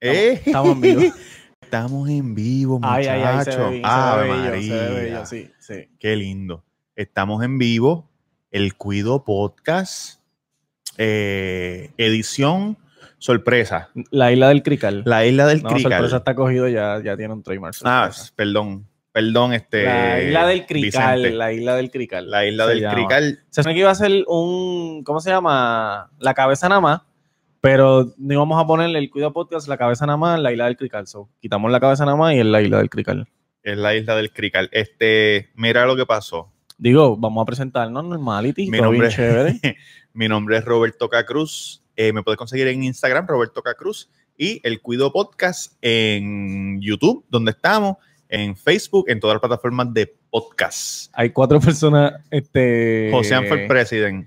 ¿Eh? Estamos en vivo. Estamos en vivo, Ay, muchachos. ay, ay, se ve bien, se ve Ave bello, se ve María. bello, sí, sí. Qué lindo. Estamos en vivo. El Cuido Podcast. eh, edición sorpresa. La isla del crical. La isla del no, Crical. sorpresa está cogido ya, ya tiene un trademark. Ah, sorpresa. perdón. Perdón, este. la isla del crical, Vicente. la isla del crical. La isla se del llama. Crical. Se supone que iba a ser un, ¿cómo se llama? La cabeza nada más, pero no íbamos a ponerle el Cuido Podcast, la cabeza nada más, la isla del crical. So, quitamos la cabeza nada más y es la isla del crical. Es la isla del Crical. Este, mira lo que pasó. Digo, vamos a presentarnos normality, Mi todo bien nombre- chévere. Mi nombre es Roberto Cacruz. Eh, me puedes conseguir en Instagram, Roberto Cacruz, y el Cuido Podcast en YouTube, donde estamos, en Facebook, en todas las plataformas de podcast. Hay cuatro personas, este... José Anfer President.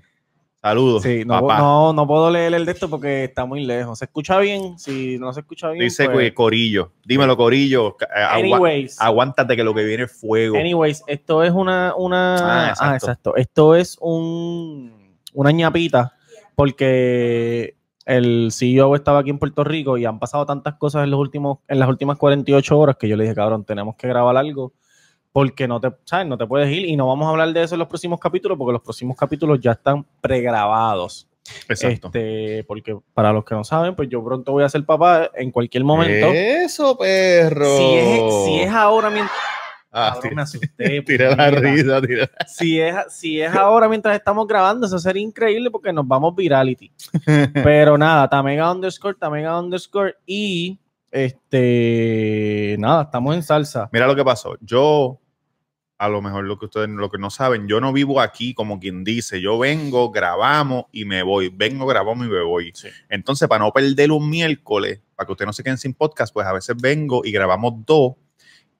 Saludos. Sí, no, papá. no, no puedo leer el de esto porque está muy lejos. ¿Se escucha bien? Si no se escucha bien. Dice pues- que Corillo. Dímelo, Corillo. Ca- eh, agua- Anyways, aguántate que lo que viene es fuego. anyways, esto es una. una Ah, ah, exacto. exacto. Esto es un, una ñapita porque el CEO estaba aquí en Puerto Rico y han pasado tantas cosas en, los últimos, en las últimas 48 horas que yo le dije, cabrón, tenemos que grabar algo porque no te, ¿sabes? no te puedes ir y no vamos a hablar de eso en los próximos capítulos porque los próximos capítulos ya están pregrabados. Exacto. Este, porque para los que no saben, pues yo pronto voy a ser papá en cualquier momento. Eso, perro. Si es, si es ahora mientras. Ah, Cabrón, tira- me asusté, tira la puñeta. risa, tira. Si es, si es ahora mientras estamos grabando, eso sería increíble porque nos vamos virality. Pero nada, Tamega underscore, Tamega underscore y este. Nada, estamos en salsa. Mira lo que pasó. Yo, a lo mejor lo que ustedes lo que no saben, yo no vivo aquí como quien dice. Yo vengo, grabamos y me voy. Vengo, grabamos y me voy. Entonces, para no perder un miércoles, para que ustedes no se queden sin podcast, pues a veces vengo y grabamos dos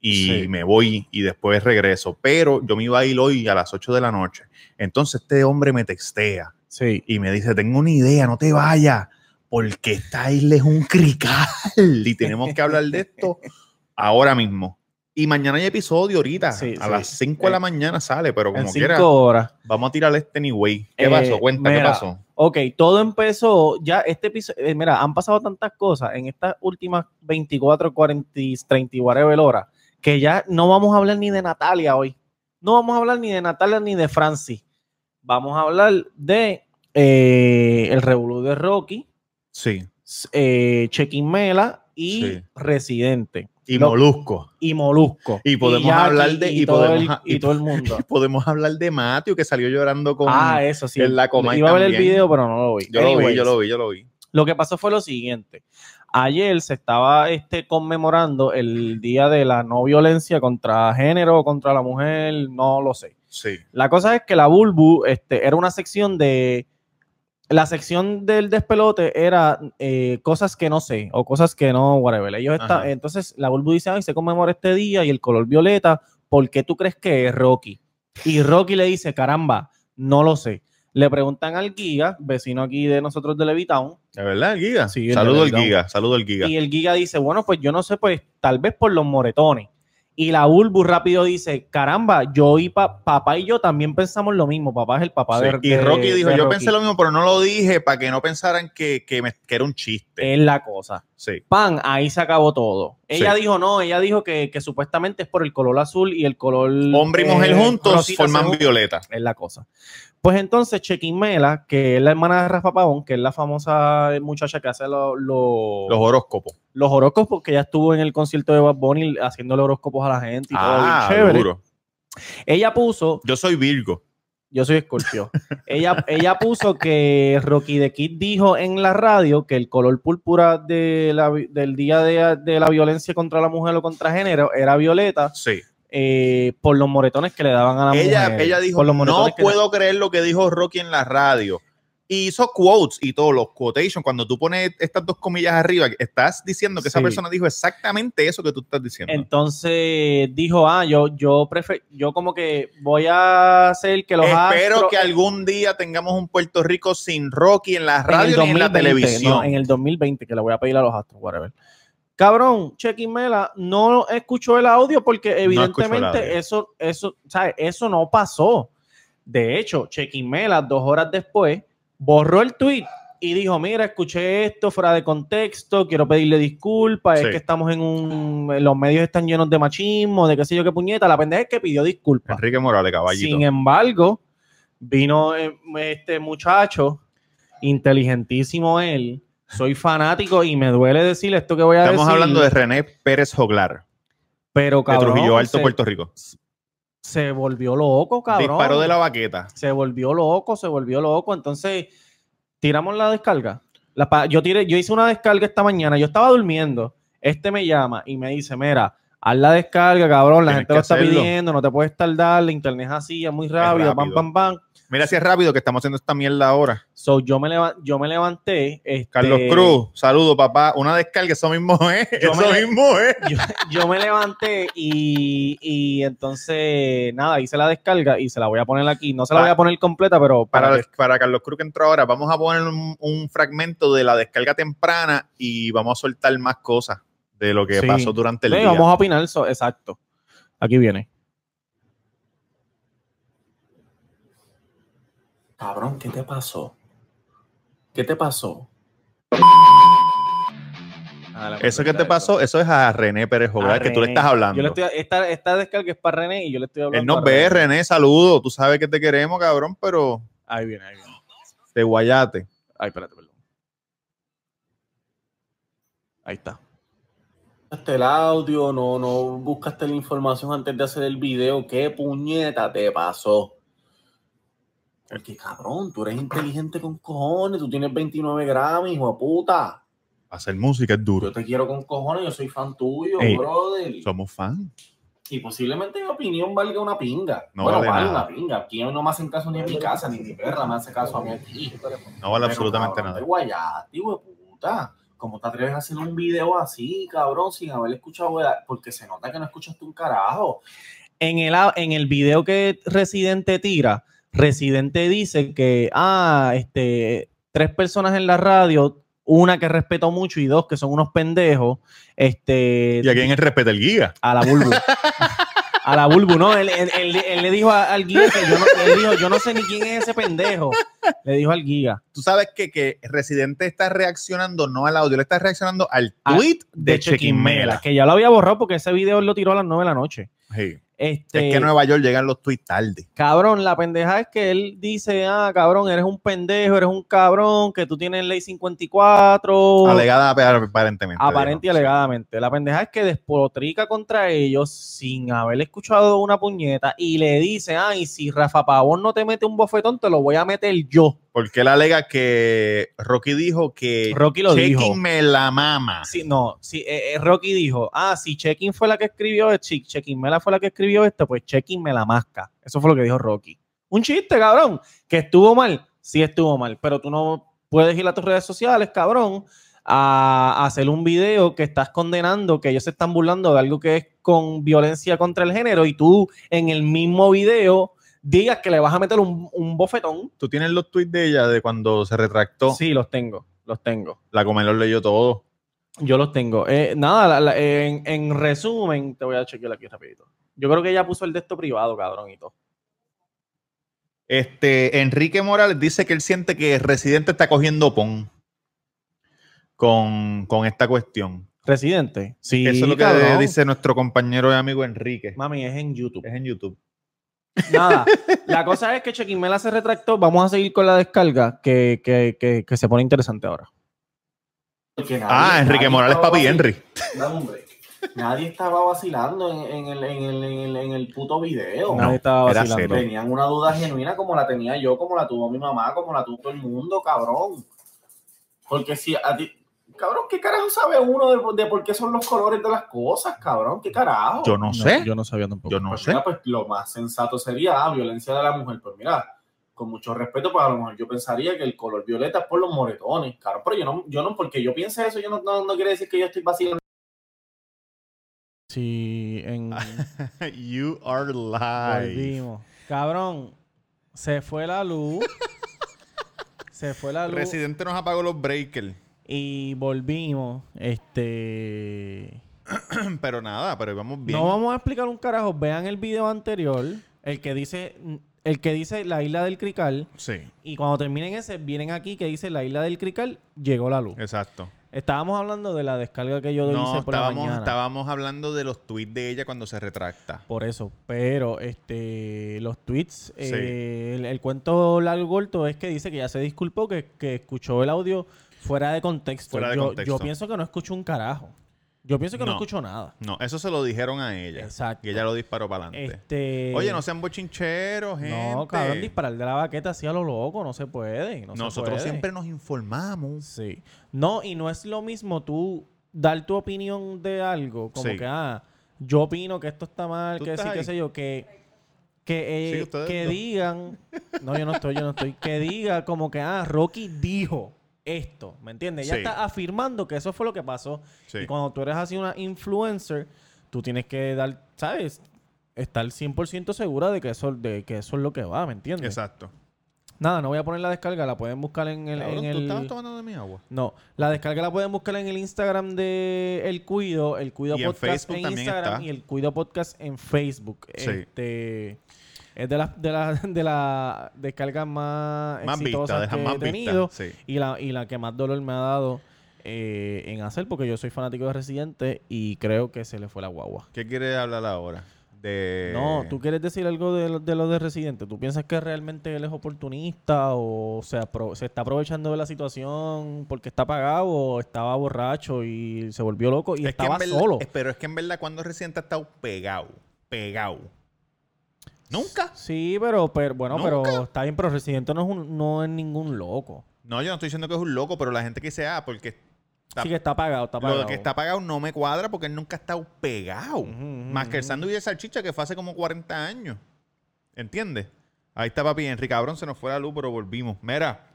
y Sí. me voy y después regreso. Pero yo me iba a ir hoy a las 8 de la noche. Entonces, este hombre me textea Sí. y me dice, tengo una idea, no te vayas, porque esta isla es un crical y tenemos que hablar de esto ahora mismo. Y mañana hay episodio ahorita, Sí, a sí. Eh, las 5 de la mañana sale, pero En como cinco quiera, horas. vamos a tirar este anyway. ¿Qué Eh, pasó? Cuenta, ¿qué mira, pasó? Ok, todo empezó ya este episodio. mira, han pasado tantas cosas en estas últimas 24, 40, y 30 y whatever horas que ya no vamos a hablar ni de Natalia hoy. No vamos a hablar ni de Natalia ni de Francis. Vamos a hablar de eh, el revolú de Rocky, Sí, s- eh, Chequín Mela y Sí. Residente y Lo- Molusco. y Molusco. Y podemos Jackie hablar de- y, y todo podemos el- a- y y- todo el mundo. Podemos hablar de Mateo que salió llorando con... ah, eso sí. en la Comay Iba a ver el también. video, pero no lo vi. yo lo vi, Anyways. yo lo vi, yo lo vi. Lo que pasó fue lo siguiente. Ayer se estaba este, conmemorando el día de la no violencia contra género, contra la mujer, no lo sé. Sí, La cosa es que la Bulbu este, era una sección de... La sección del despelote era eh, cosas que no sé o cosas que no, whatever. Ellos están, Ajá. entonces la Bulbu dice, ay, se conmemora este día y el color violeta, ¿por qué tú crees que es Rocky? Y Rocky le dice, caramba, no lo sé. Le preguntan al guía, vecino aquí de nosotros de Levitown, ¿de verdad, el Giga? Sí, el saludo de al verdad. Giga, saludo al Giga. y el Giga dice, bueno, pues yo no sé, pues tal vez por los moretones. Y la Ulbu rápido dice, caramba, yo y pa- papá y yo también pensamos lo mismo. Papá es el papá Sí, de y de- Rocky dijo, de yo Rocky". pensé lo mismo, pero no lo dije para que no pensaran que, que me- que era un chiste. Es la cosa. sí. Pan, ahí se acabó todo. Ella Sí. dijo no, ella dijo que, que supuestamente es por el color azul y el color... Hombre y eh, mujer juntos rosita forman se juntan. violeta. Es la cosa. Pues entonces Chequín Mela, que es la hermana de Rafa Pavón, que es la famosa muchacha que hace lo- lo- Los horóscopos. los horóscopos, porque ella estuvo en el concierto de Bad Bunny haciéndole horóscopos a la gente y todo bien Ah, chévere. duro. Ella puso, Yo soy Virgo. yo soy escorpio, ella, ella puso que Rocky the Kid dijo en la radio que el color púrpura de la vi- del día de, de la violencia contra la mujer o contra género era violeta Sí. eh, por los moretones que le daban a la Ella, mujer. ella dijo, por los no moretones que- puedo creer lo que dijo Rocky en la radio. Y hizo quotes y todos los quotations. Cuando tú pones estas dos comillas arriba, estás diciendo que esa Sí. persona dijo exactamente eso que tú estás diciendo. Entonces dijo, ah, yo, yo, prefe- yo como que voy a hacer que los Espero astros- que algún día tengamos un Puerto Rico sin Rocky en la en el radio ni en la 2020, televisión. no, en el 2020, que le voy a pedir a los astros, whatever. Cabrón, Chequín Mela no escuchó el audio porque escuchó el evidentemente audio. eso, eso, ¿sabes? eso no pasó. De hecho, Chequín Mela, dos horas después, borró el tweet y dijo, mira, escuché esto fuera de contexto, quiero pedirle disculpas, Sí. es que estamos en un... Los medios están llenos de machismo, de qué sé yo qué puñeta. La pendeja es que pidió disculpas. Enrique Morales, caballito. Sin embargo, vino eh, este muchacho, inteligentísimo él, soy fanático y me duele decir esto que voy a Estamos decir. hablando de René Pérez Joglar, Pero de cabrón, Trujillo Alto, se, Puerto Rico. se volvió loco, cabrón. Disparó de la baqueta. Se volvió loco, se volvió loco. Entonces, tiramos la descarga. La pa- yo, tiré, yo hice una descarga esta mañana, yo estaba durmiendo. Este me llama y me dice, mira, haz la descarga, cabrón, la Tienes gente que lo está hacerlo. pidiendo, no te puedes tardar, la internet es así, es muy rápido, pam, rápido. pam, pam. Mira si es rápido que estamos haciendo esta mierda ahora. So, yo me, leva- yo me levanté. este, Carlos Cruz, saludo, papá. Una descarga, eso mismo es. Yo eso me- mismo es. Yo, yo me levanté y, y entonces, nada, hice la descarga y se la voy a poner aquí. No se la Pa- voy a poner completa, pero para, Para, para Carlos Cruz que entró ahora, vamos a poner un, un fragmento de la descarga temprana y vamos a soltar más cosas de lo que Sí. pasó durante el Sí, día. vamos a opinar, so- exacto. Aquí viene. Cabrón, ¿qué te pasó? ¿Qué te pasó? Ah, Eso que te pasó, eso es a René Pérez Jogar, A que tú le René. estás hablando. Yo le estoy- esta, esta descarga es para René y yo le estoy hablando. Él nos a ve, René, saludo. Tú sabes que te queremos, cabrón, pero Ahí viene, ahí viene. te guayate. Ay, espérate, perdón. Ahí está. Buscaste Este el audio, no, no buscaste la información antes de hacer el video. ¿Qué puñeta te pasó? Porque cabrón, tú eres inteligente con cojones, tú tienes 29 gramos, hijo de puta. Hacer música es Yo duro. te quiero con cojones, yo soy fan tuyo, Ey, brother. Somos fan. Y posiblemente mi opinión valga una pinga. No bueno, vale vale, nada. una pinga. Aquí no me hacen caso ni en mi casa, ni mi perra me hace caso a mí aquí. No vale Pero, absolutamente cabrón, nada. de Guayate, hijo de puta. ¿Cómo te atreves a hacer un video así, cabrón, sin haber escuchado? la- Porque se nota que no escuchaste un carajo. En el, a- en el video que Residente tira, Residente dice que, ah, este, tres personas en la radio, una que respeto mucho y dos que son unos pendejos, este, Y a quién es respeta el guía. A la Bulbu. A la Bulbu, no. Él, él- él- él le dijo a- al Giga que yo no, él dijo, yo no sé ni quién es ese pendejo. Le dijo al Giga. Tú sabes que, que Residente está reaccionando no al audio, le está reaccionando al A- tweet de, Ah, Chequimela, Chequimela. Que ya lo había borrado porque ese video él lo tiró a las 9 de la noche. Sí. Este, Es que en Nueva York llegan los tweets tarde. Cabrón, la pendeja es que él dice, ah, cabrón, eres un pendejo, eres un cabrón, que tú tienes ley 54. Alegada ap- aparentemente. Oh. Aparente y digo. alegadamente. La pendeja es que despotrica contra ellos sin haber escuchado una puñeta y le dice, ay, si Rafa Pavón no te mete un bofetón, te lo voy a meter yo. Porque él alega que Rocky dijo que Rocky lo dijo. me la mama. Sí, no, sí, eh, eh, Rocky dijo, ah, si Chekin fue la que escribió esto, si Chekin Mela fue la que escribió esto, pues Chekin me la masca. Eso fue lo que dijo Rocky. Un chiste, cabrón, que estuvo mal, sí estuvo mal, pero tú no puedes ir a tus redes sociales, cabrón, a hacer un video que estás condenando, que ellos se están burlando de algo que es con violencia contra el género y tú en el mismo video digas que le vas a meter un, un bofetón. Tú tienes los tweets de ella de cuando se retractó. Sí, los tengo, los tengo. La Comelón leyó todo. Yo los tengo. Eh, nada, la- la- en, en resumen, te voy a chequear aquí rapidito. Yo creo que ella puso el de esto privado, cabrón, y todo. Este, Enrique Morales dice que él siente que Residente está cogiendo pon con, con esta cuestión. Residente. Sí, Eso es lo que cabrón. dice nuestro compañero y amigo Enrique. Mami, es en YouTube. Es en YouTube. Nada. La cosa es que Chequimela se retractó. Vamos a seguir con la descarga que, que, que, que se pone interesante ahora. Porque nadie- Ah, Enrique nadie Morales, estaba papi vacil- Henry. Dame un break. Nadie estaba vacilando en, en el, en, el, en, el, en el puto video. Nadie estaba era vacilando. serio. Tenían una duda genuina como la tenía yo, como la tuvo mi mamá, como la tuvo todo el mundo, cabrón. Porque si a ti, cabrón, ¿qué carajo sabe uno de, de por qué son los colores de las cosas, cabrón? ¿Qué carajo? Yo no sé. Yo no sabía tampoco. Yo no Pues sé. mira, pues lo más sensato sería ah, violencia de la mujer. Pues mira, con mucho respeto, pues a lo mejor yo pensaría que el color violeta es por los moretones, claro. Pero yo no, yo no, porque yo piense eso, yo no, no, no quiere decir que yo estoy vacilando. Sí, en. You are live. Volvimos. Cabrón, se fue la luz. se fue la luz. Residente nos apagó los breakers. y volvimos. Este. Pero nada, pero vamos bien. No vamos a explicar un carajo. Vean el video anterior, el que dice mm, el que dice la isla del Crical, Sí, y cuando terminen ese, vienen aquí que dice la isla del Crical, llegó la luz. exacto. Estábamos hablando de la descarga que yo Eh. No, hice por la estábamos, mañana. estábamos hablando de los tweets de ella cuando se retracta. Por eso, pero este los tweets, eh, el, el cuento largo corto es que dice que ya se disculpó, que, que escuchó el audio fuera de contexto. Fuera de yo, contexto. yo pienso que no escucho un carajo. Yo pienso que No. no, escucho nada. No, eso se lo dijeron a ella. Exacto. Y ella lo disparó para adelante. Este, Oye, no sean bochincheros, gente. No, cabrón, disparar de la baqueta así a lo loco, no se puede. no se Nosotros puede. siempre nos informamos. Sí. No, y no es lo mismo tú dar tu opinión de algo, como Sí. que, ah, yo opino que esto está mal, Tú que sí, estás qué ahí. sé yo, que, que, eh, Sí, ustedes que dos. digan, no, yo no estoy, yo no estoy, que diga como que, ah, Rocky dijo esto, ¿me entiendes? Ya Sí. está afirmando que eso fue lo que pasó. Sí. Y cuando tú eres así una influencer, tú tienes que dar, ¿sabes? Estar 100% segura de que, eso, de que eso es lo que va, ¿me entiendes? Exacto. Nada, no voy a poner la descarga, la pueden buscar en el... Cabrón, en tú el- estabas tomando de mi agua. no, la descarga la pueden buscar en el Instagram de El Cuido, El Cuido Y en Podcast Facebook en, también Instagram está. y El Cuido Podcast en Facebook. Sí. Este es de las de las de las descargas más, Más vistas, exitosas dejan que más he tenido vistas. Sí. y la y la que más dolor me ha dado eh, en hacer porque yo soy fanático de Residente y creo que se le fue la guagua. ¿Qué quieres hablar ahora? De... No, tú quieres decir algo de, lo- de lo de Residente. ¿Tú piensas que realmente él es oportunista o se, apro- se está aprovechando de la situación porque está pagado o estaba borracho y se volvió loco y Es que en estaba verdad- solo? es- pero es que en verdad cuando reciente ha estado pegado. Pegado. Nunca. Sí, pero, pero bueno, Nunca. pero está bien, pero Residente no es, un- no es ningún loco. No, yo no estoy diciendo que es un loco, pero la gente que dice, ah, porque está- sí que está pagado, está lo pagado. de que está pagado no me cuadra porque él nunca ha estado pegado. Ujú, ujú, Más que el ujú. sándwich de salchicha que fue hace como 40 años. ¿Entiendes? Ahí está papi Enrique Cabrón, se nos fue la luz, pero volvimos. Mira.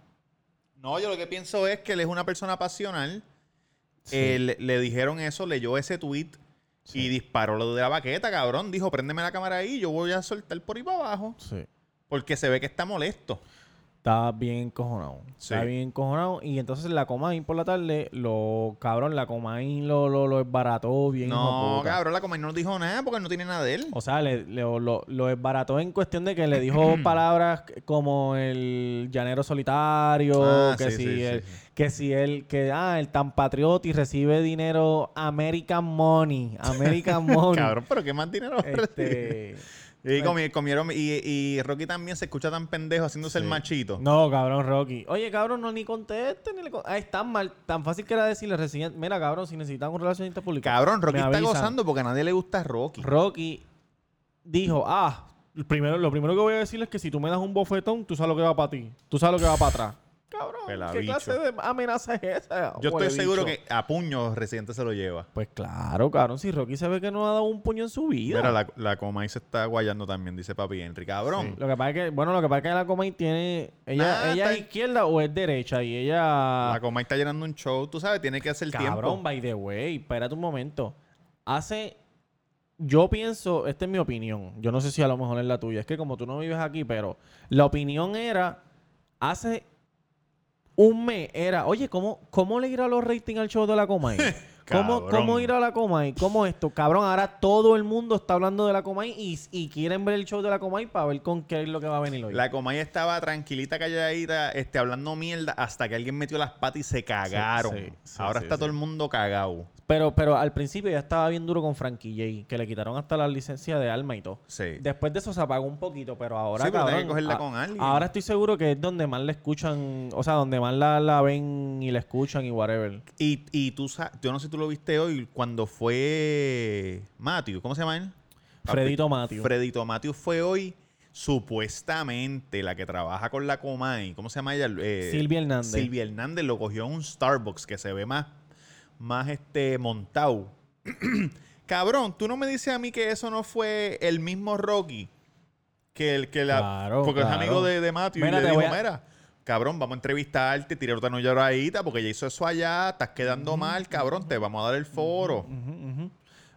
No, yo lo que pienso es que él es una persona pasional. Sí. Eh, le, le dijeron eso, leyó ese tweet y disparó lo de la baqueta, cabrón. Dijo, préndeme la cámara ahí, yo voy a soltar por ahí para abajo. Sí. Porque se ve que está molesto. Está bien cojonado. Sí. Está bien cojonado. Y entonces la Comain por la tarde, lo cabrón, la Comain lo, lo, lo esbarató bien. No, hijoputa. cabrón, la coma no dijo nada porque no tiene nada de él. O sea, le, le- lo, lo desbarató en cuestión de que le dijo palabras como el llanero solitario, Ah, sí, que, si sí, el, sí, sí. que si él, que ah, el tan patriota y recibe dinero American Money, American Money. Cabrón, pero qué más dinero. va a recibir? Este, Y comi- comieron y, y Rocky también se escucha tan pendejo haciéndose el machito. no, cabrón, Rocky. Oye, cabrón, no ni conteste, ni le con- Ah, es tan mal, tan fácil que era decirle recién, mira, cabrón, si necesitan un relacionista público. Cabrón, Rocky me está avisan". gozando porque a nadie le gusta Rocky. Rocky dijo, ah, el primero, lo primero que voy a decirles es que si tú me das un bofetón, tú sabes lo que va para ti. Tú sabes lo que va para atrás. Cabrón, ¿qué Pelabicho. clase de amenaza es esa? Yo estoy huelebicho? seguro que a puños Residente se lo lleva. Pues claro, cabrón, si Rocky se ve que no ha dado un puño en su vida. Mira, la, la coma ahí se está guayando también, dice papi Enrique. Cabrón. Lo que pasa es que, bueno, lo que pasa es que la Comay tiene. Ella, Nah, ella es está- izquierda o es derecha. Y La ella. coma ahí está llenando un show, tú sabes, tiene que hacer Cabrón, tiempo. by the way, espérate un momento. Hace. Yo pienso, esta es mi opinión. Yo no sé si a lo mejor es la tuya. Es que como tú no vives aquí, pero la opinión era. Hace un mes era. Oye, ¿cómo, cómo le irá los ratings al show de la Comay? ¿Cómo, Cabrón. ¿Cómo ir a la Comay? ¿Cómo esto? Cabrón, ahora todo el mundo está hablando de la Comay y, y quieren ver el show de la Comay para ver con qué es lo que va a venir hoy. La coma ahí estaba tranquilita, calladita, este, hablando mierda, hasta que alguien metió las patas y se cagaron. Sí, sí, sí, Ahora sí, está sí. todo el mundo cagado. Pero, pero al principio ya estaba bien duro con Frankie J, que le quitaron hasta la licencia de alma y todo. Sí. Después de eso se apagó un poquito, pero ahora. Sí, pero tenía cabrón, que cogerla a- con alguien. Ahora estoy seguro que es donde más la escuchan, o sea, donde más la, la ven y la escuchan y whatever. Y, y tú sabes, yo no sé si tú lo viste hoy, cuando fue Matthew, ¿cómo se llama él? Fredito Matthew. Fredito Matthew fue hoy, supuestamente, la que trabaja con la Comay, ¿cómo se llama ella? Eh, Silvia Hernández. Silvia Hernández lo cogió en un Starbucks que se ve más, más este montado. Cabrón, tú no me dices a mí que eso no fue el mismo Rocky que el que la. Claro, porque claro. es amigo de, de Matthew Mira, y te le dijo, voy a- mira. Cabrón, vamos a entrevistarte, tirar otra lloradita, porque ya hizo eso allá, estás quedando mal, cabrón, te vamos a dar el foro. Ujú, ujú.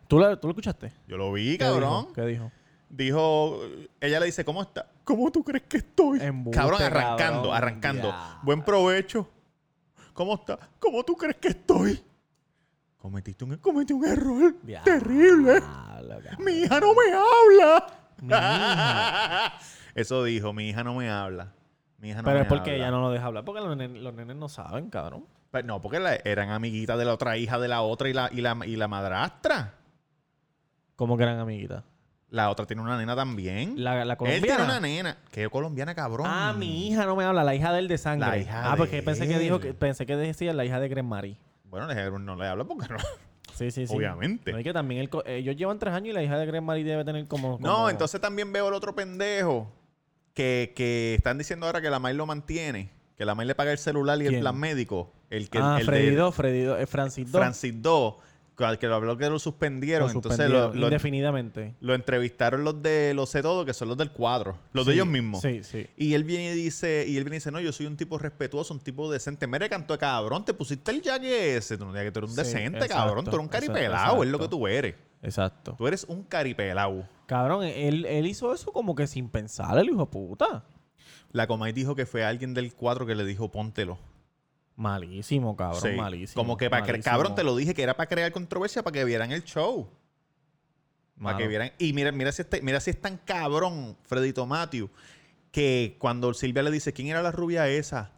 ¿Tú, la- ¿Tú lo escuchaste? Yo lo vi, ¿Qué cabrón. dijo? ¿Qué dijo? Dijo, ella le dice, ¿cómo está? ¿Cómo tú crees que estoy? Embuste, cabrón, arrancando, cabrón. arrancando. Ya. Buen provecho. ¿Cómo está? ¿Cómo tú crees que estoy? Cometiste un, cometí un error terrible. Diablo, cabrón. Mi hija no me habla. Mi hija. Eso dijo, mi hija no me habla. Mi hija no pero me es porque habla". ella no lo deja hablar. Porque los nenes, los nenes no saben, cabrón. Pues no, porque la- eran amiguitas de la otra hija de la otra y la, y la, y la madrastra. Como que eran amiguitas. La otra tiene una nena también. La, la Él tiene una colombiana. nena. Que colombiana, cabrón. Ah, mi hija no me habla, la hija del de sangre. La hija ah, de porque pensé que dijo él. que pensé que decía la hija de Gremari. Bueno, le- no le habla porque no. Sí, sí, sí. Obviamente. No, y que también el co- ellos llevan tres años y la hija de Gremari debe tener como, No, como- entonces también veo el otro pendejo que, que están diciendo ahora que la May lo mantiene, que la May le paga el celular y el ¿Quién? plan médico. El que ah, el Freddy de dos, Freddy dos, eh, Francis dos. Francis Do, que que lo habló que lo Lo suspendieron. Entonces suspendieron lo, lo- indefinidamente. lo entrevistaron los de los sé todo, que son los del cuadro, los de Sí, ellos mismos. Sí, sí. Y él viene y dice, y él viene y dice, no, yo soy un tipo respetuoso, un tipo decente. Mire, canto de cabrón, te pusiste el yague ese. Tú no tenías que tú eres un Sí, decente, exacto, cabrón. Tú eres un exacto, caripelado, es lo que exacto. tú eres. Exacto. Tú eres un caripelado. Cabrón, él, él hizo eso como que sin pensar, el hijo de puta. La Comay dijo que fue alguien del cuadro que le dijo, póntelo. Malísimo, cabrón, Sí. malísimo. Como que para cre- malísimo. cabrón, te lo dije que era para crear controversia para que vieran el show. Para Mano, que vieran. Y mira, mira si este, mira si es tan cabrón, Fredito Matthew, que cuando Silvia le dice quién era la rubia esa.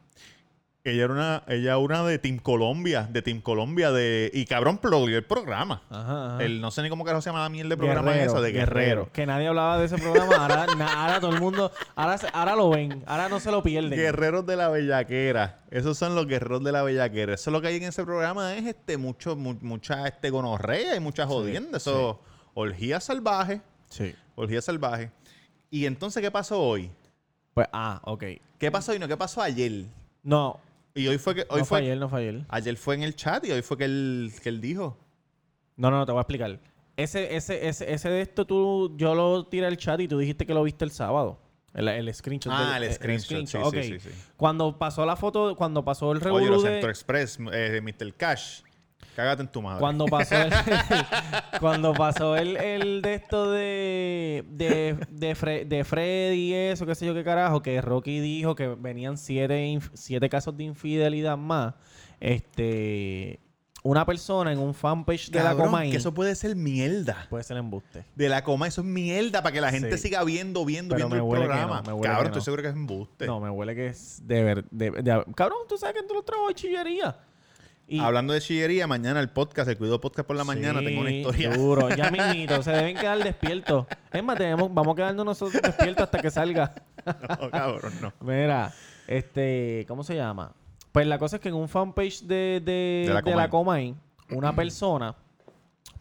Ella era una, ella una de Team Colombia, de Team Colombia, de. Y cabrón plodió el programa. Ajá, ajá. El, no sé ni cómo carajo se llama la mierda de programa esa, de Guerrero. Que nadie hablaba de ese programa. Ahora, na- ahora todo el mundo. Ahora, se- ahora lo ven. Ahora no se lo pierden. Guerreros de la Bellaquera. Esos son los guerreros de la Bellaquera. Eso es lo que hay en ese programa es este mucho, mu- mucha este gonorrea y mucha jodienda. Eso, orgía salvaje. Sí. Orgía salvaje. Y entonces, ¿qué pasó hoy? Pues, ah, ok. ¿Qué pasó hoy? No, ¿qué pasó ayer? No. Y hoy fue que. Hoy fue, no fue ayer, no fue ayer. ayer fue en el chat y hoy fue que él, que él dijo. No, no, no, te voy a explicar. Ese, ese, ese, ese de esto tú, yo lo tiré al chat y tú dijiste que lo viste el sábado. El, el screenshot. Ah, del- el screenshot, sí, sí, ok. sí, sí. Cuando pasó la foto, cuando pasó el Oye, revolú los de, Centro Express, eh, de Mr. Cash. Cágate en tu madre. Cuando pasó el, cuando pasó el, el de esto de, de, de, Fre- de Freddy y eso, qué sé yo qué carajo, que Rocky dijo que venían siete, inf- siete casos de infidelidad más, este una persona en un fanpage de la Cabrón, Comay que eso puede ser mierda. puede ser embuste. De la coma, eso es mierda para que la gente Sí. siga viendo, viendo, Pero me viendo el huele que programa. no, me huele Cabrón, que no. estoy seguro que es embuste. No, me huele que es de ver... De, de- cabrón, tú sabes que tú los trabajas de chillería. Y, Hablando de chillería, mañana el podcast, el Cuido Podcast por la mañana, Sí, tengo una historia. Duro, ya mismito, se deben quedar despiertos. Es más, tenemos, vamos a quedarnos nosotros despiertos hasta que salga. No, cabrón, no. Mira, este, ¿cómo se llama? Pues la cosa es que en un fanpage de, de, De la de la Comay. Comay, una persona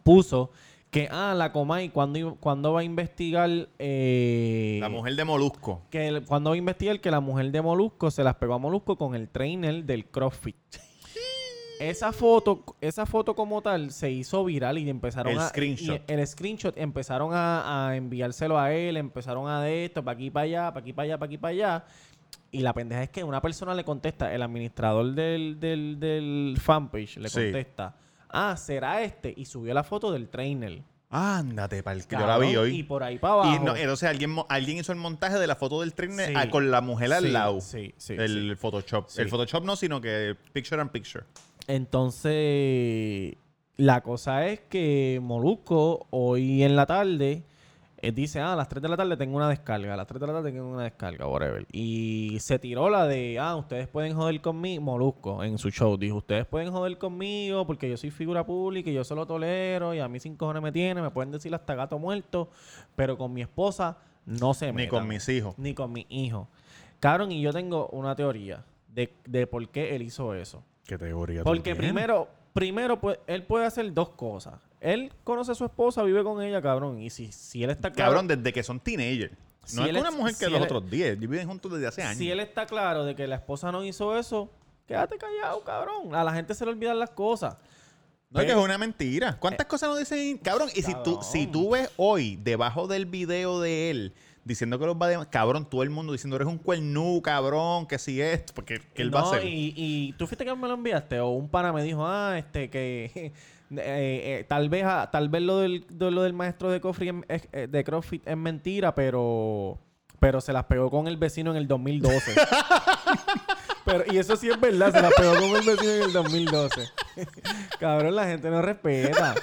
puso que, ah, la Comay, ¿cuándo, cuándo va a investigar? eh, La mujer de Molusco. Que el- cuando va a investigar que la mujer de Molusco se las pegó a Molusco con el trainer del CrossFit. Esa foto, esa foto como tal se hizo viral y empezaron El a. screenshot. y el screenshot empezaron a, a enviárselo a él, empezaron a de esto, para aquí, para allá, para aquí, para allá, para aquí, para allá. Y la pendeja es que una persona le contesta, el administrador del, del, del fanpage le Sí. contesta, ah, será este. Y subió la foto del trainer. Ándate, pal, que yo la vi Cabrón, hoy. Y Y, por ahí para abajo. no, entonces alguien, mo- alguien hizo el montaje de la foto del tren Sí. ah, con la mujer al Sí, lado. sí, sí, el Photoshop. Sí. El Photoshop no, sino que picture and picture. Entonces, la cosa es que Molusco hoy en la tarde eh, dice, ah, a las 3 de la tarde tengo una descarga, a las 3 de la tarde tengo una descarga, whatever. Y se tiró la de, ah, ustedes pueden joder conmigo, Molusco en su show, dijo, ustedes pueden joder conmigo porque yo soy figura pública y yo solo tolero y a mí sin cojones me tiene, me pueden decir hasta gato muerto, pero con mi esposa no se me Ni con mis hijos. ni con mis hijos. Cabrón, y yo tengo una teoría de, de por qué él hizo eso. Qué teoría. Porque primero, primero pues, él puede hacer dos cosas. Él conoce a su esposa, vive con ella, cabrón. Y si, si él está claro, Cabrón, desde que son teenagers. No Si es él que una es- mujer si que los él- otros 10. Viven juntos desde hace años. si él está claro de que la esposa no hizo eso, quédate callado, cabrón. A la gente se le olvidan las cosas. No, que es una mentira. ¿Cuántas cosas nos dicen? Cabrón, y si tú, Eh, Cabrón. si tú ves hoy debajo del video de él diciendo que los va a... Cabrón, todo el mundo diciendo eres un cuernú, cabrón, que si esto, porque que él va a No, hacer. Y, y tú fuiste que me lo enviaste o un pana me dijo, ah, este, que eh, eh, tal vez ah, tal vez lo del, de lo del maestro de, Cofri en- es- eh, de CrossFit es mentira, pero, pero se las pegó con el vecino en el 2012. pero, y eso sí es verdad, se las pegó con el vecino en el 2012. Cabrón, la gente no respeta.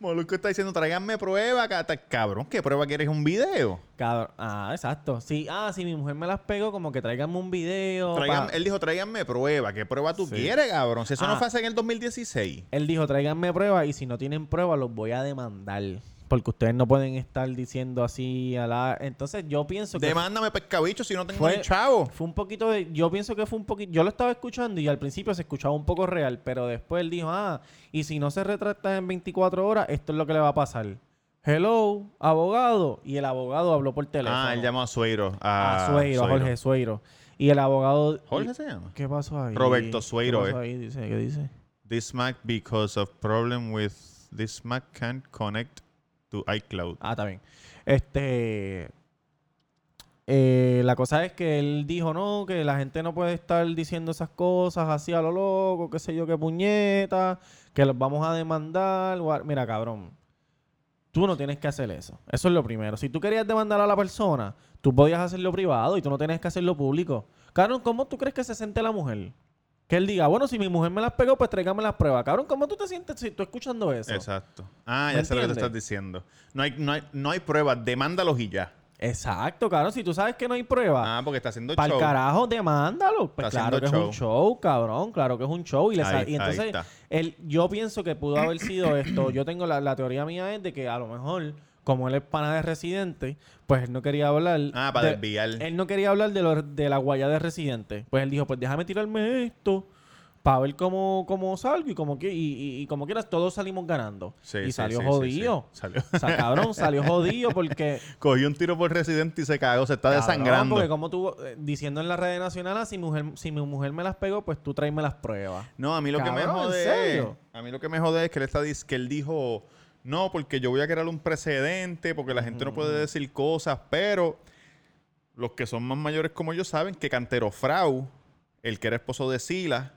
Molusco está diciendo, tráiganme prueba, cata- cabrón, ¿qué prueba quieres? ¿Un video? Cabrón. Ah, exacto. Sí, ah, si mi mujer me las pegó, como que tráiganme un video. pa- Traigan- él dijo, tráiganme prueba, ¿qué prueba tú Sí. quieres, cabrón? Si eso Ah. no fue hace en el 2016. Él dijo, tráiganme pruebas y si no tienen pruebas los voy a demandar. Porque ustedes no pueden estar diciendo así a la... Entonces yo pienso que... Demándame pescabicho si no tengo Fue- ni chavo. Fue un poquito de... Yo pienso que fue un poquito... Yo lo estaba escuchando y al principio se escuchaba un poco real, pero después él dijo, ah, y si no se retracta en 24 horas, esto es lo que le va a pasar. Hello, abogado. Y el abogado habló por teléfono. Ah, él llamó a Sueiro. a Sueiro, a Jorge Sueiro. Y el abogado... ¿Jorge se llama? ¿Qué pasó ahí? Roberto Sueiro, ¿Qué pasó eh. ahí? Dice, ¿Qué dice? This Mac because of problem with this Mac can't connect to iCloud. Ah, está bien. Este. eh, la cosa es que él dijo, no, que la gente no puede estar diciendo esas cosas así a lo loco, qué sé yo, qué puñeta, que los vamos a demandar. gua- Mira, cabrón, tú no tienes que hacer eso. Eso es lo primero. Si tú querías demandar a la persona, tú podías hacerlo privado y tú no tenías que hacerlo público. Cabrón, ¿cómo tú crees que se siente la mujer? Que él diga, bueno, si mi mujer me las pegó, pues tráigame las pruebas. Cabrón, ¿cómo tú te sientes si tú escuchando eso? Exacto. Ah, ¿Me ya sé lo que te entiendes? estás diciendo. No hay, no hay, no hay pruebas, demándalos y ya. Exacto, cabrón. Si tú sabes que no hay pruebas, Ah, porque está haciendo Para show. el carajo, demándalo. Pues Está claro que haciendo es un show, cabrón. Claro que es un show. Y, le sa- Ahí- y entonces, ahí está. él- yo pienso que pudo haber sido esto. Yo tengo la, la teoría mía es de que a lo mejor, como él es pana de residente, pues él no quería hablar. Ah, para de- desviar. Él no quería hablar de, lo- de la guaya de residente. Pues él dijo, pues déjame tirarme esto. Para ver cómo, cómo salgo y como, que, y, y- y como quieras, todos salimos ganando. Sí, y sí, salió sí, sí, jodido. sí. Salió. O sea, cabrón, salió jodido porque Cogió un tiro por residente y se cagó, se está Cabrón, desangrando. Porque como tú, eh, diciendo en la red nacional, ah, si, mujer, si mi mujer me las pegó, pues tú tráeme las pruebas. No, a mí lo que me Cabrón, ¿en jode. serio? A mí lo que me jode es que él, está, dis- que él dijo, no, porque yo voy a crear un precedente, porque la gente no Mm. puede decir cosas, pero los que son más mayores como yo saben que Cantero Frau, el que era esposo de Sila,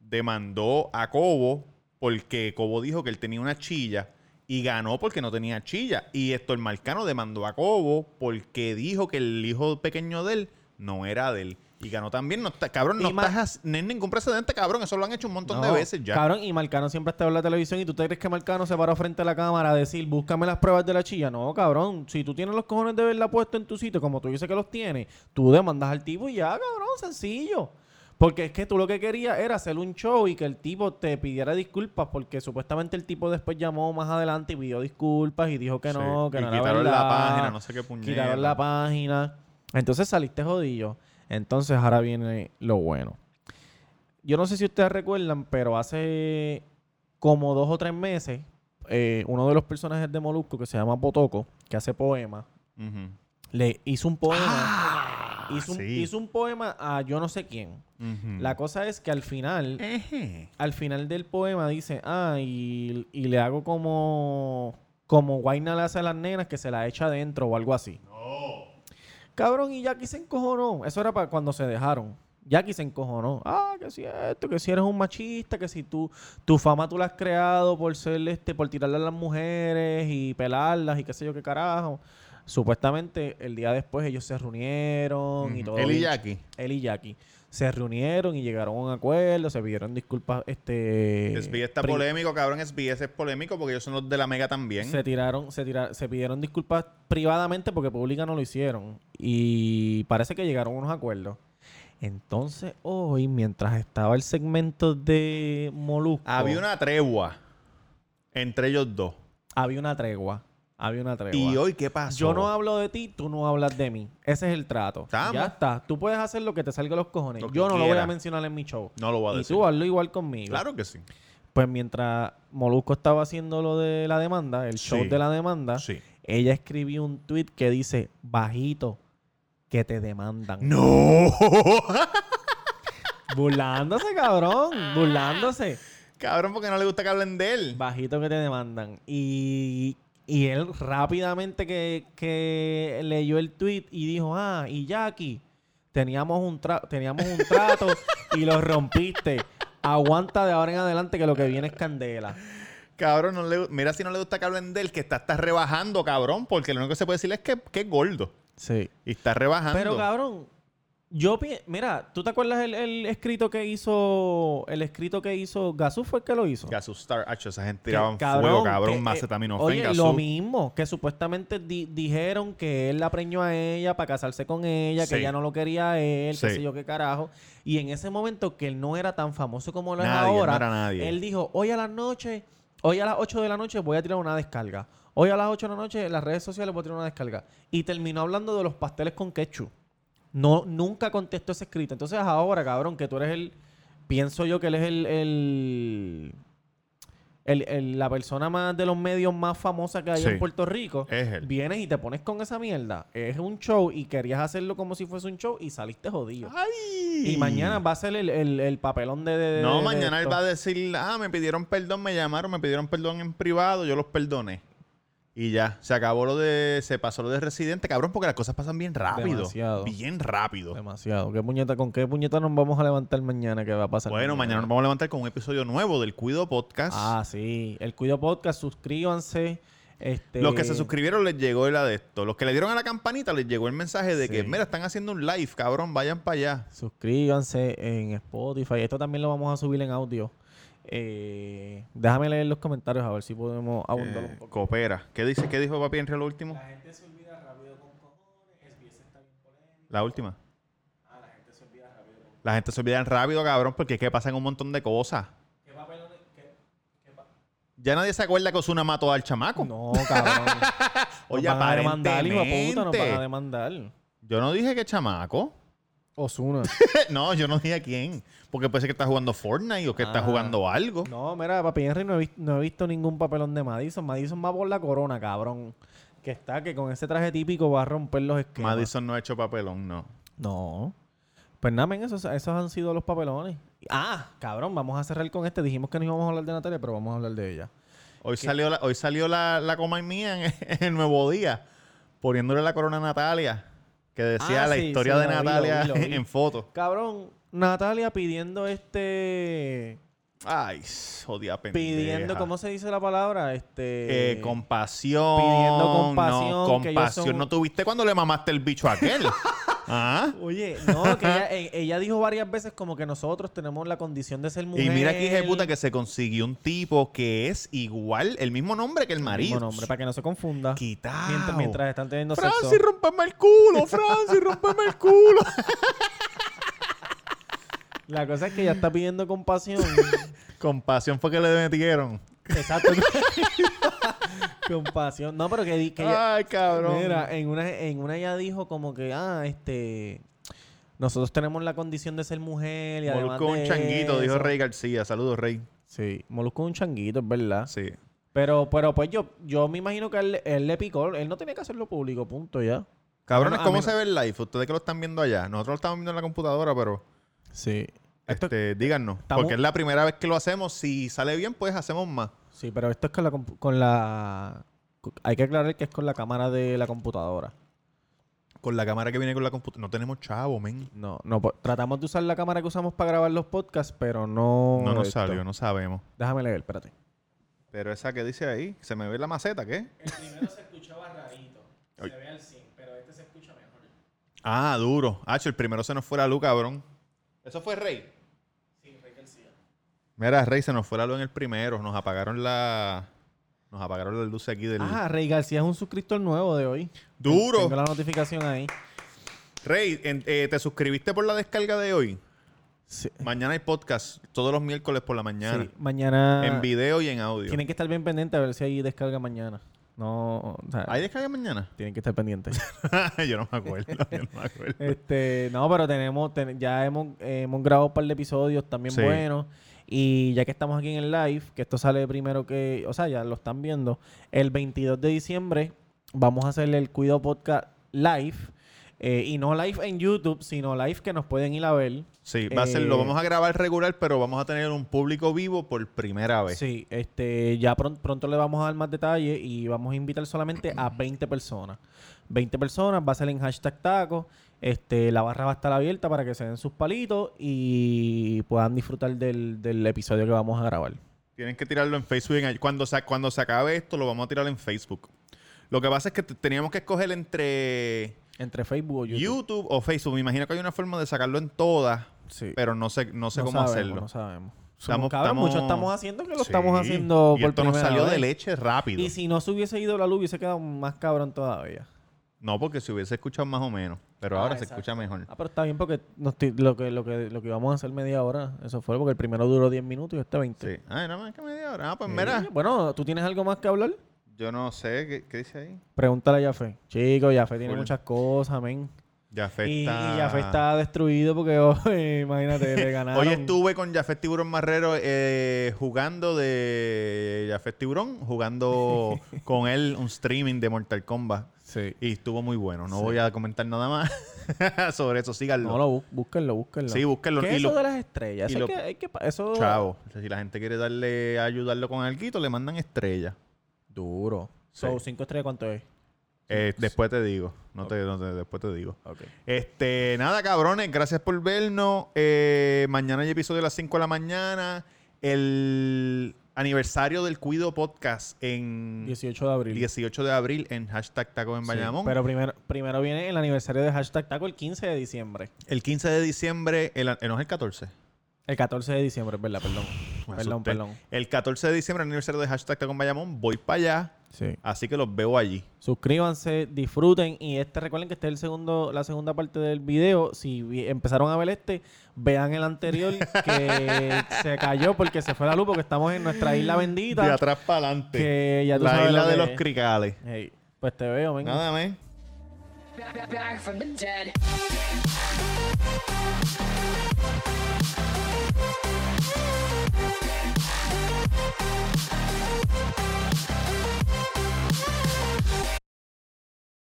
demandó a Cobo porque Cobo dijo que él tenía una chilla y ganó porque no tenía chilla. Y esto el Marcano demandó a Cobo porque dijo que el hijo pequeño de él no era de él. Y ganó también. No está- cabrón, no Y ma- estás, no hay ningún precedente, cabrón. Eso lo han hecho un montón de No, veces ya. Cabrón, y Marcano siempre está en la televisión y tú te crees que Marcano se paró frente a la cámara a decir, búscame las pruebas de la chilla. No, cabrón, si tú tienes los cojones de verla puesto en tu sitio, como tú dices que los tienes, tú demandas al tipo y ya, cabrón, sencillo. Porque es que tú lo que querías era hacer un show y que el tipo te pidiera disculpas, porque supuestamente el tipo después llamó más adelante y pidió disculpas y dijo que Sí. no, que Y no era quitaron la verdad. página, no sé qué puñeta. Quitaron la página. Entonces saliste jodido. Entonces ahora viene lo bueno. Yo no sé si ustedes recuerdan, pero hace como dos o tres meses, eh, uno de los personajes de Molusco, que se llama Potoco, que hace poemas, Ujú. Ah, le hizo un poema. hizo, un, sí. Mm. hizo un poema a yo no sé quién. Ujú. La cosa es que al final Ejé. al final del poema dice, ah, y, y le hago como, como Guayna le hace a las nenas que se la echa adentro o algo así. Cabrón, y Jackie se encojonó. Eso era para cuando se dejaron. Jackie se encojonó. Ah, que si esto, que si eres un machista, que si tú, tu fama tú la has creado por ser este, por tirarle a las mujeres y pelarlas y qué sé yo qué carajo. Supuestamente el día después ellos se reunieron y Ujú. todo. Él y bien Jackie. él y Jackie se reunieron y llegaron a un acuerdo, se pidieron disculpas, este SBS está pri- polémico, cabrón. SBS es polémico porque ellos son los de la mega también. se tiraron, se tira- se pidieron disculpas privadamente porque pública no lo hicieron y parece que llegaron a unos acuerdos. Entonces, hoy mientras estaba el segmento de Molusco, Había una tregua entre ellos dos. había una tregua, había una tregua. ¿Y hoy qué pasó? yo no hablo de ti, tú no hablas de mí. Ese es el trato. Estamos. Ya está. Tú puedes hacer lo que te salga de los cojones. Lo que Yo no lo voy a quiera. mencionar en mi show. No lo voy a y decir. tú hazlo igual conmigo. Claro que sí. Pues mientras Molusco estaba haciendo lo de la demanda, el show Sí. de la demanda, ella escribió un tweet que dice, bajito, que te demandan. ¡No! Burlándose, cabrón, Ah. burlándose. cabrón, porque no le gusta que hablen de él. Bajito que te demandan. Y, y él rápidamente que, que leyó el tweet y dijo, ah, y Jackie, teníamos un, tra- teníamos un trato y lo rompiste. Aguanta de ahora en adelante que lo que viene es candela. Cabrón, no le- mira si no le gusta que hablen de él, que está, está rebajando, cabrón, porque lo único que se puede decir es que, que es gordo. Sí. Y está rebajando. Pero cabrón, Yo pi- mira, ¿tú te acuerdas el, el escrito que hizo el escrito que hizo Gasú fue el que lo hizo? Gasú Star, hacho, esa gente Que, tiraban fuego, cabrón, que, eh, macetaminofen, Oye, Gasú. lo mismo, que supuestamente di- dijeron que él la preñó a ella para casarse con ella, Sí. que ella no lo quería a él, qué Sí. sé yo qué carajo. Y en ese momento que él no era tan famoso como lo Nadie, es ahora, no era nadie. él dijo, hoy a la noche, hoy a las 8 de la noche voy a tirar una descarga. Hoy a las 8 de la noche en las redes sociales voy a tirar una descarga. Y terminó hablando de los pasteles con ketchup. No, nunca contestó ese escrito. Entonces ahora, cabrón, que tú eres el... Pienso yo que él es el- el el- el- la persona más de los medios más famosa que hay Sí. en Puerto Rico, Es él. vienes y te pones con esa mierda. Es un show y querías hacerlo como si fuese un show y saliste jodido. Ay. Y mañana va a ser el, el- el papelón de, de- de- No, de mañana él esto. va a decir, ah, me pidieron perdón, me llamaron, me pidieron perdón en privado, yo los perdoné. Y ya, se acabó lo de, se pasó lo de residente, cabrón, porque las cosas pasan bien rápido. Demasiado. Bien rápido. Demasiado. ¿Qué puñeta, ¿Con qué puñeta nos vamos a levantar mañana? ¿Qué va a pasar? Bueno, mañana nos vamos a levantar con un episodio nuevo del Cuido Podcast. Ah, sí. El Cuido Podcast, suscríbanse. Este... Los que se suscribieron les llegó el adepto. Los que le dieron a la campanita les llegó el mensaje de Sí. que, mira, están haciendo un live, cabrón, vayan para allá. Suscríbanse en Spotify. Esto también lo vamos a subir en audio. Eh, déjame leer los comentarios a ver si podemos abundar un Eh, poco. coopera. ¿Qué dice? ¿Qué dijo Papi Henry lo último? La gente se olvida rápido con cojones. SBS está bien polémico. La última. Ah, la gente se olvida rápido con La gente se olvida rápido, cabrón, porque es que pasan un montón de cosas. ¿Qué papelones? ¿Qué? qué pa- Ya nadie se acuerda que Osuna mató al chamaco. No, cabrón. Nos Oye, van a demandar, hijo de puta, nos van a aparentemente. demandar. Yo no dije que chamaco. Osuna. no, yo no dije a quién. Porque puede ser que está jugando Fortnite o que está Ah. jugando algo. No, mira, papi Henry, no he, vis- no he visto ningún papelón de Madison. Madison va por la corona, cabrón. Que está, que con ese traje típico va a romper los esquemas. Madison no ha hecho papelón, no. No. Pues nada, men, esos, esos han sido los papelones. Ah, cabrón, vamos a cerrar con este. Dijimos que no íbamos a hablar de Natalia, pero vamos a hablar de ella. Hoy salió, la, hoy salió la, la coma mía en, en el nuevo día, poniéndole la corona a Natalia, que decía Ah, la sí, historia sí, de lo vi, lo Natalia vi, lo vi. en foto. Cabrón, Natalia pidiendo este. Ay, jodida pendeja. Pidiendo, ¿cómo se dice la palabra? Este. Eh, compasión. pidiendo No, compasión, que ellos compasión. son- ¿No tuviste cuando le mamaste el bicho a aquel? ¿Ah? Oye, no, que ella, eh, ella dijo varias veces como que nosotros tenemos la condición de ser mujer. Y mira que hija de puta que se consiguió un tipo que es igual, el mismo nombre que el marido. Mismo nombre, para que no se confunda. Quitao. Mientras, mientras están teniendo sexo. Francis, rompeme el culo, Francis, rompeme el culo. La cosa es que ella está pidiendo compasión. Compasión fue que le metieron. Exacto. compasión. No, pero que, di- que ella- Ay, Ah, cabrón. Mira, en una, en una ella dijo como que, ah, este. Nosotros tenemos la condición de ser mujer y además. Molusco es de un changuito, dijo eso". Rey García. Saludos, Rey. Sí, Molusco es un changuito, es verdad. Sí. Pero, pero pues yo, yo me imagino que él, él le picó. Él no tenía que hacerlo público, punto ya. Cabrones, A mí no- a ¿cómo mí no- se ve el live? Ustedes que lo están viendo allá. Nosotros lo estamos viendo en la computadora, pero Sí. Esto- este, díganos. estamos- Porque es la primera vez que lo hacemos. Si sale bien, pues hacemos más. Sí, pero esto es con la, compu- con la. Hay que aclarar que es con la cámara de la computadora. Con la cámara que viene con la computadora. No tenemos chavo, men. No, no, po- tratamos de usar la cámara que usamos para grabar los podcasts, pero no. No nos esto. salió, no sabemos. Déjame leer, espérate. Pero esa que dice ahí, se me ve la maceta, ¿qué? El primero se escuchaba rarito. Se Ay. ve al 100, pero este se escucha mejor. Ah, duro. Hacho, el primero se nos fue la luz, cabrón. ¿Eso fue Rey? Sí, Rey García. Mira, Rey, se nos fue la luz en el primero. Nos apagaron la... Nos apagaron las luces aquí del... Ah, Rey García es un suscriptor nuevo de hoy. ¡Duro! Tengo la notificación ahí. Rey, en- eh, ¿te suscribiste por la descarga de hoy? Sí. Mañana hay podcast, todos los miércoles por la mañana. Sí, mañana. En video y en audio. Tienen que estar bien pendientes a ver si hay descarga mañana. No, o sea, ¿Hay descarga mañana? tienen que estar pendientes. yo no me acuerdo, yo no me acuerdo. Este, no, pero tenemos, ten- ya hemos, eh, hemos grabado un par de episodios también Sí. buenos. Y ya que estamos aquí en el live, que esto sale primero que, o sea, ya lo están viendo, el 22 de diciembre vamos a hacer el Cuido Podcast live. eh, y no live en YouTube, sino live que nos pueden ir a ver. Sí, va a ser, lo Eh, vamos a grabar regular, pero vamos a tener un público vivo por primera vez. Sí, este, ya pron- pronto le vamos a dar más detalle y vamos a invitar solamente a 20 personas. 20 personas, va a ser en hashtag taco. Este, la barra va a estar abierta para que se den sus palitos y puedan disfrutar del, del episodio que vamos a grabar. Tienen que tirarlo en Facebook. en- cuando, se, cuando se acabe esto, lo vamos a tirar en Facebook. Lo que pasa es que t- teníamos que escoger entre Entre Facebook o YouTube. YouTube o Facebook. Me imagino que hay una forma de sacarlo en todas, Sí. pero no sé, no sé No cómo sabemos, hacerlo. No sabemos. Estamos- Somos cabros, estamos- mucho estamos haciendo que lo Sí. estamos haciendo y por esto nos primera salió vez. de leche rápido. Y si no se hubiese ido la luz, hubiese quedado más cabrón todavía. No, porque se hubiese escuchado más o menos, pero Ah, ahora se exacto. escucha mejor. Ah, pero está bien porque nos ti- lo, que, lo, que, lo que íbamos a hacer media hora, eso fue porque el primero duró 10 minutos y este 20. Sí. Ay, no más que media hora. Ah, pues Sí. mira, Bueno, ¿tú tienes algo más que hablar? yo no sé qué, qué dice ahí. Pregúntale a Jaffe. Chico, Jaffe tiene Full. muchas cosas, amén. Ya Y, y afecta. Jaffe está destruido porque hoy, imagínate, le ganaron. Hoy estuve con Jafet Tiburón Marrero eh, jugando de Jafet Tiburón, jugando con él un streaming de Mortal Kombat. Sí. Y estuvo muy bueno. No Sí. voy a comentar nada más sobre eso. Síganlo. No, lo bú- búsquenlo, búsquenlo. sí, búsquenlo. ¿Qué Y es eso lo- de las estrellas? y Eso hay lo- que, hay que pa- eso... Chavo, si la gente quiere darle ayudarlo con algo, le mandan estrella. Duro. Sí. So, cinco estrellas, ¿cuánto es? Eh, después te digo. No te, no te- después te digo. Ok. Este, nada, cabrones, gracias por vernos. Eh, mañana hay episodio a las 5 de la mañana. El aniversario del Cuido Podcast en 18 de abril. 18 de abril en hashtag Tacos en Sí, Bayamón. Pero primero, primero viene el aniversario de hashtag taco el 15 de diciembre. El 15 de diciembre, el, eh, no es el 14. El 14 de diciembre, es verdad, perdón. Me perdón, asusté. perdón. El 14 de diciembre, aniversario de hashtag Tacos en Bayamón. Voy para allá, Sí. así que los veo allí. Suscríbanse, disfruten y este recuerden que este es el segundo, la segunda parte del video. Si vi- empezaron a ver este, vean el anterior que se cayó porque se fue la luz porque estamos en nuestra isla bendita. De atrás para adelante. Que ya tú la sabes isla lo de que los es. cricales. Ey, pues te veo, venga. Nada, men. back, back from the dead.